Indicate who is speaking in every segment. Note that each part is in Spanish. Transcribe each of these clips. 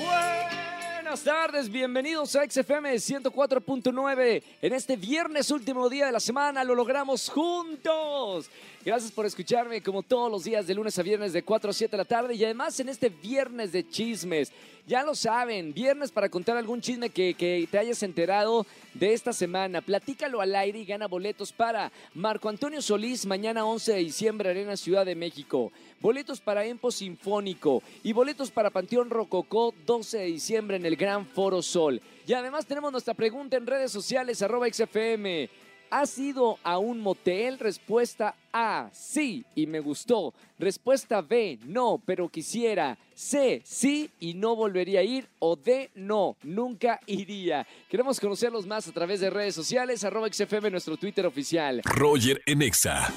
Speaker 1: Buenas tardes, bienvenidos a XFM 104.9. En este viernes último día de la semana lo logramos juntos. Gracias por escucharme como todos los días de lunes a viernes de 4 a 7 de la tarde y además en este viernes de chismes. Ya lo saben, viernes para contar algún chisme que, que te hayas enterado de esta semana. Platícalo al aire y gana boletos para Marco Antonio Solís mañana 11 de diciembre Arena Ciudad de México. Boletos para Empo Sinfónico y boletos para Panteón Rococó 12 de diciembre en el Gran Foro Sol. Y además tenemos nuestra pregunta en redes sociales arroba XFM. ¿Has ido a un motel? Respuesta A, sí, y me gustó. Respuesta B, no, pero quisiera. C, sí, y no volvería a ir. O D, no, nunca iría. Queremos conocerlos más a través de redes sociales, arroba XFM, nuestro Twitter oficial.
Speaker 2: Roger en Exa.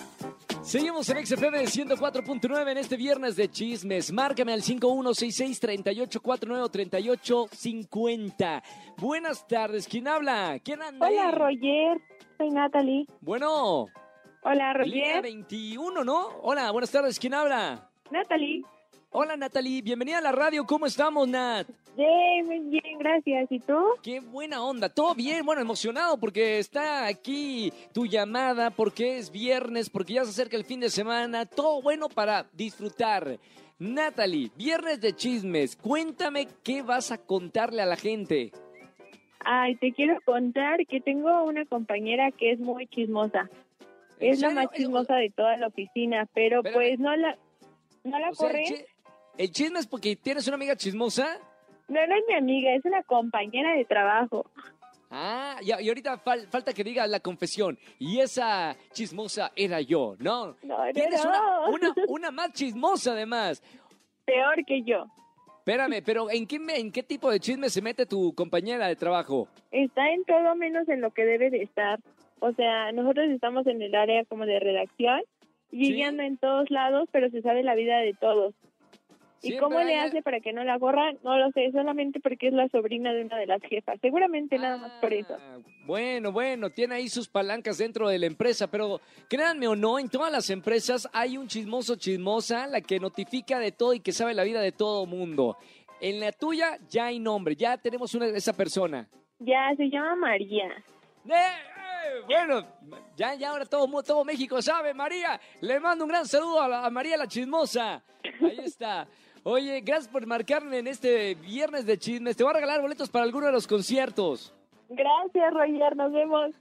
Speaker 1: Seguimos en XFM 104.9 en este viernes de chismes. Márcame al 5166-3849-3850. Buenas tardes, ¿quién habla? ¿Quién anda? ahí?
Speaker 3: Hola, Roger. Soy Natalie.
Speaker 1: Bueno,
Speaker 3: Hola,
Speaker 1: línea
Speaker 3: Roger.
Speaker 1: 21, ¿no? Hola, buenas tardes, ¿quién habla?
Speaker 3: Natalie.
Speaker 1: Hola, Natalie, bienvenida a la radio, ¿cómo estamos, Nat?
Speaker 3: Bien, muy bien, gracias. ¿Y tú?
Speaker 1: Qué buena onda, todo bien, bueno, emocionado porque está aquí tu llamada, porque es viernes, porque ya se acerca el fin de semana, todo bueno para disfrutar. Natalie, viernes de chismes, cuéntame qué vas a contarle a la gente.
Speaker 3: Ay, te quiero contar que tengo una compañera que es muy chismosa.
Speaker 1: ¿En
Speaker 3: Es la
Speaker 1: serio?
Speaker 3: más
Speaker 1: Eh, o-
Speaker 3: chismosa de toda la oficina, pero
Speaker 1: Espérame.
Speaker 3: pues no la, no la
Speaker 1: o sea, el
Speaker 3: corren.
Speaker 1: chi- el chisme es porque tienes una amiga chismosa.
Speaker 3: No, no es mi amiga, es una compañera de trabajo.
Speaker 1: Ah, y, y ahorita fal- falta que diga la confesión. Y esa chismosa era yo, ¿no?
Speaker 3: No,
Speaker 1: Tienes
Speaker 3: no,
Speaker 1: una,
Speaker 3: no.
Speaker 1: una, una más chismosa además.
Speaker 3: Peor que yo.
Speaker 1: Espérame, pero ¿en qué, me- ¿en qué tipo de chisme se mete tu compañera de trabajo?
Speaker 3: Está en todo menos en lo que debe de estar. O sea, nosotros estamos en el área como de redacción y
Speaker 1: Sí.
Speaker 3: ella anda en todos lados, pero se sabe la vida de todos. ¿Y
Speaker 1: Siempre
Speaker 3: cómo le
Speaker 1: hay-
Speaker 3: hace para que no la corran? No lo sé, solamente porque es la sobrina de una de las jefas. Seguramente nada más por eso.
Speaker 1: Ah, Bueno, bueno, tiene ahí sus palancas dentro de la empresa, pero créanme o no, en todas las empresas hay un chismoso chismosa, la que notifica de todo y que sabe la vida de todo mundo. En la tuya ya hay nombre, ya tenemos una, esa persona.
Speaker 3: Ya, se llama María.
Speaker 1: Eh, eh, bueno, ya, ya ahora todo, mu- todo México sabe, María. Le mando un gran saludo a, la- a María la Chismosa. Ahí está. Oye, gracias por marcarme en este viernes de chismes. Te voy a regalar boletos para alguno de los conciertos.
Speaker 3: Gracias, Roger, nos vemos.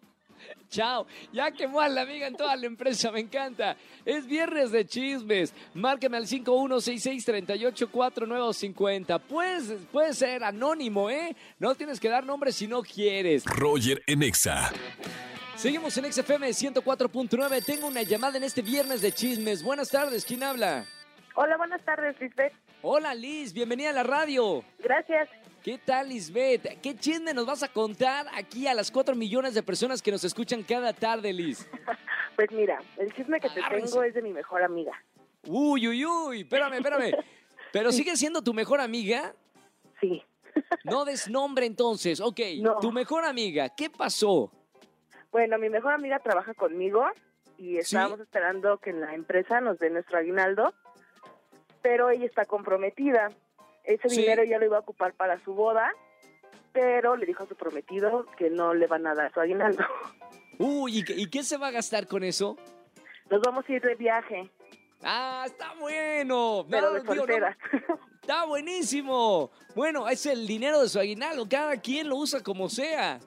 Speaker 1: Chao. Ya quemó a la amiga en toda la empresa, me encanta. Es viernes de chismes. Márcame al 5166-384950. Puedes, puedes ser anónimo, ¿eh? No tienes que dar nombre si no quieres.
Speaker 2: Roger en Exa.
Speaker 1: Seguimos en XFM 104.9. Tengo una llamada en este viernes de chismes. Buenas tardes, ¿quién habla?
Speaker 4: Hola, buenas tardes, Lisbeth.
Speaker 1: Hola Liz, bienvenida a la radio.
Speaker 4: Gracias.
Speaker 1: ¿Qué tal Lisbeth? ¿Qué chisme nos vas a contar aquí a las 4 millones de personas que nos escuchan cada tarde, Liz?
Speaker 4: Pues mira, el chisme que te
Speaker 1: Agárrense.
Speaker 4: tengo es de mi mejor amiga.
Speaker 1: Uy, uy, uy, espérame, espérame. ¿Pero sigue siendo tu mejor amiga?
Speaker 4: Sí.
Speaker 1: No des nombre entonces. Ok,
Speaker 4: No.
Speaker 1: tu mejor amiga, ¿qué pasó?
Speaker 4: Bueno, mi mejor amiga trabaja conmigo y estábamos esperando que en la empresa nos dé nuestro aguinaldo, pero ella está comprometida. Ese
Speaker 1: Sí.
Speaker 4: dinero ya lo iba a ocupar para su boda, pero le dijo a su prometido que no le van a dar su aguinaldo.
Speaker 1: Uy, ¿y qué- ¿y qué se va a gastar con eso?
Speaker 4: Nos vamos a ir de viaje,
Speaker 1: Ah, está bueno.
Speaker 4: pero
Speaker 1: No,
Speaker 4: de
Speaker 1: digo, no-
Speaker 4: soltera.
Speaker 1: Está buenísimo. Bueno, es el dinero de su aguinaldo. Cada quien lo usa como sea.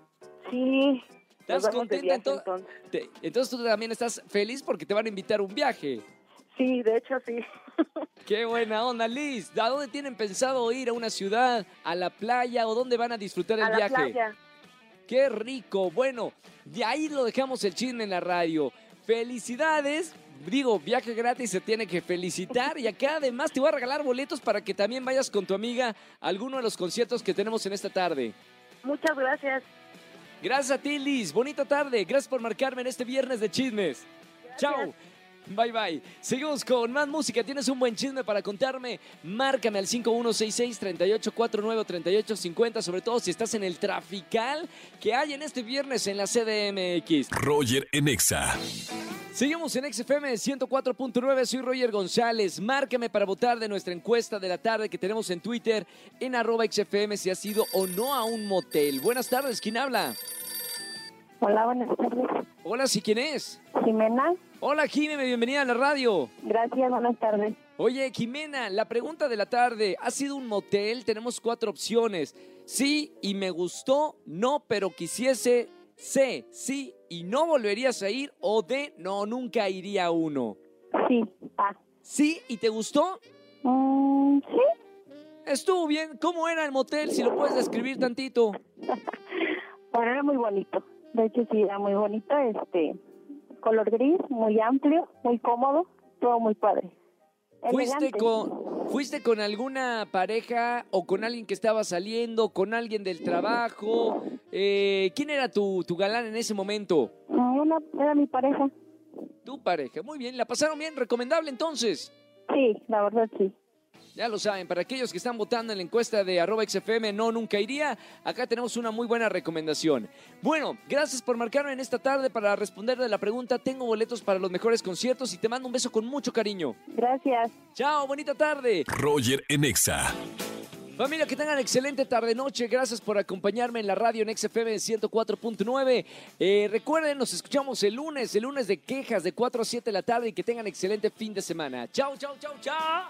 Speaker 4: sí.
Speaker 1: ¿Estás
Speaker 4: nos vamos de
Speaker 1: contenta
Speaker 4: viaje
Speaker 1: ento-
Speaker 4: entonces.
Speaker 1: Te- entonces tú también estás feliz porque te van a invitar a un viaje.
Speaker 4: Sí, de hecho sí.
Speaker 1: Qué buena onda, Liz. ¿A dónde tienen pensado ir? ¿A una ciudad? ¿A la playa? ¿O dónde van a disfrutar el
Speaker 4: a la
Speaker 1: viaje?
Speaker 4: playa.
Speaker 1: Qué rico. Bueno, de ahí lo dejamos el chisme en la radio. Felicidades. Digo, viaje gratis se tiene que felicitar. Y acá además te voy a regalar boletos para que también vayas con tu amiga a alguno de los conciertos que tenemos en esta tarde.
Speaker 4: Muchas gracias.
Speaker 1: Gracias a ti, Liz. Bonita tarde. Gracias por marcarme en este viernes de chismes. Chao. Bye bye. Seguimos con más música. ¿Tienes un buen chisme para contarme? Márcame al 5166-3849-3850, sobre todo si estás en el trafical que hay en este viernes en la CDMX.
Speaker 2: Roger en Exa.
Speaker 1: Seguimos en XFM 104.9, soy Roger González. Márcame para votar de nuestra encuesta de la tarde que tenemos en Twitter en arroba XFM si has ido o no a un motel. Buenas tardes, ¿quién habla?
Speaker 5: Hola, buenas tardes.
Speaker 1: Hola, ¿sí quién es?
Speaker 5: Jimena,
Speaker 1: Hola, Jimena, bienvenida a la radio.
Speaker 5: gracias, buenas tardes.
Speaker 1: Oye, Jimena, la pregunta de la tarde. ¿Ha sido un motel? Tenemos cuatro opciones. Sí y me gustó, no, pero quisiese. C, sí y no volverías a ir. O D, no, nunca iría a uno.
Speaker 5: Sí, ah.
Speaker 1: ¿Sí y te gustó?
Speaker 5: Mm, sí,
Speaker 1: Estuvo bien. ¿Cómo era el motel? Si lo puedes describir tantito.
Speaker 5: bueno, era muy bonito. De hecho, sí, era muy bonito. Este, color gris, muy amplio, muy cómodo, todo muy padre.
Speaker 1: ¿Fuiste
Speaker 5: Elegante.
Speaker 1: con, ¿Fuiste con alguna pareja o con alguien que estaba saliendo, con alguien del trabajo? Eh, ¿Quién era tu, tu galán en ese momento?
Speaker 5: Mm, Una, era mi pareja.
Speaker 1: Tu pareja, muy bien, la pasaron bien, recomendable entonces.
Speaker 5: Sí, la verdad, sí.
Speaker 1: Ya lo saben, para aquellos que están votando en la encuesta de arroba XFM, no, nunca iría, acá tenemos una muy buena recomendación. Bueno, gracias por marcarme en esta tarde para responder de la pregunta, tengo boletos para los mejores conciertos y te mando un beso con mucho cariño.
Speaker 5: Gracias.
Speaker 1: Chao, bonita tarde.
Speaker 2: Roger en Exa.
Speaker 1: Familia, que tengan excelente tarde-noche. Gracias por acompañarme en la radio en XFM 104.9. Eh, recuerden, nos escuchamos el lunes, el lunes de quejas de 4 a 7 de la tarde y que tengan excelente fin de semana. Chao, chao, chao, chao.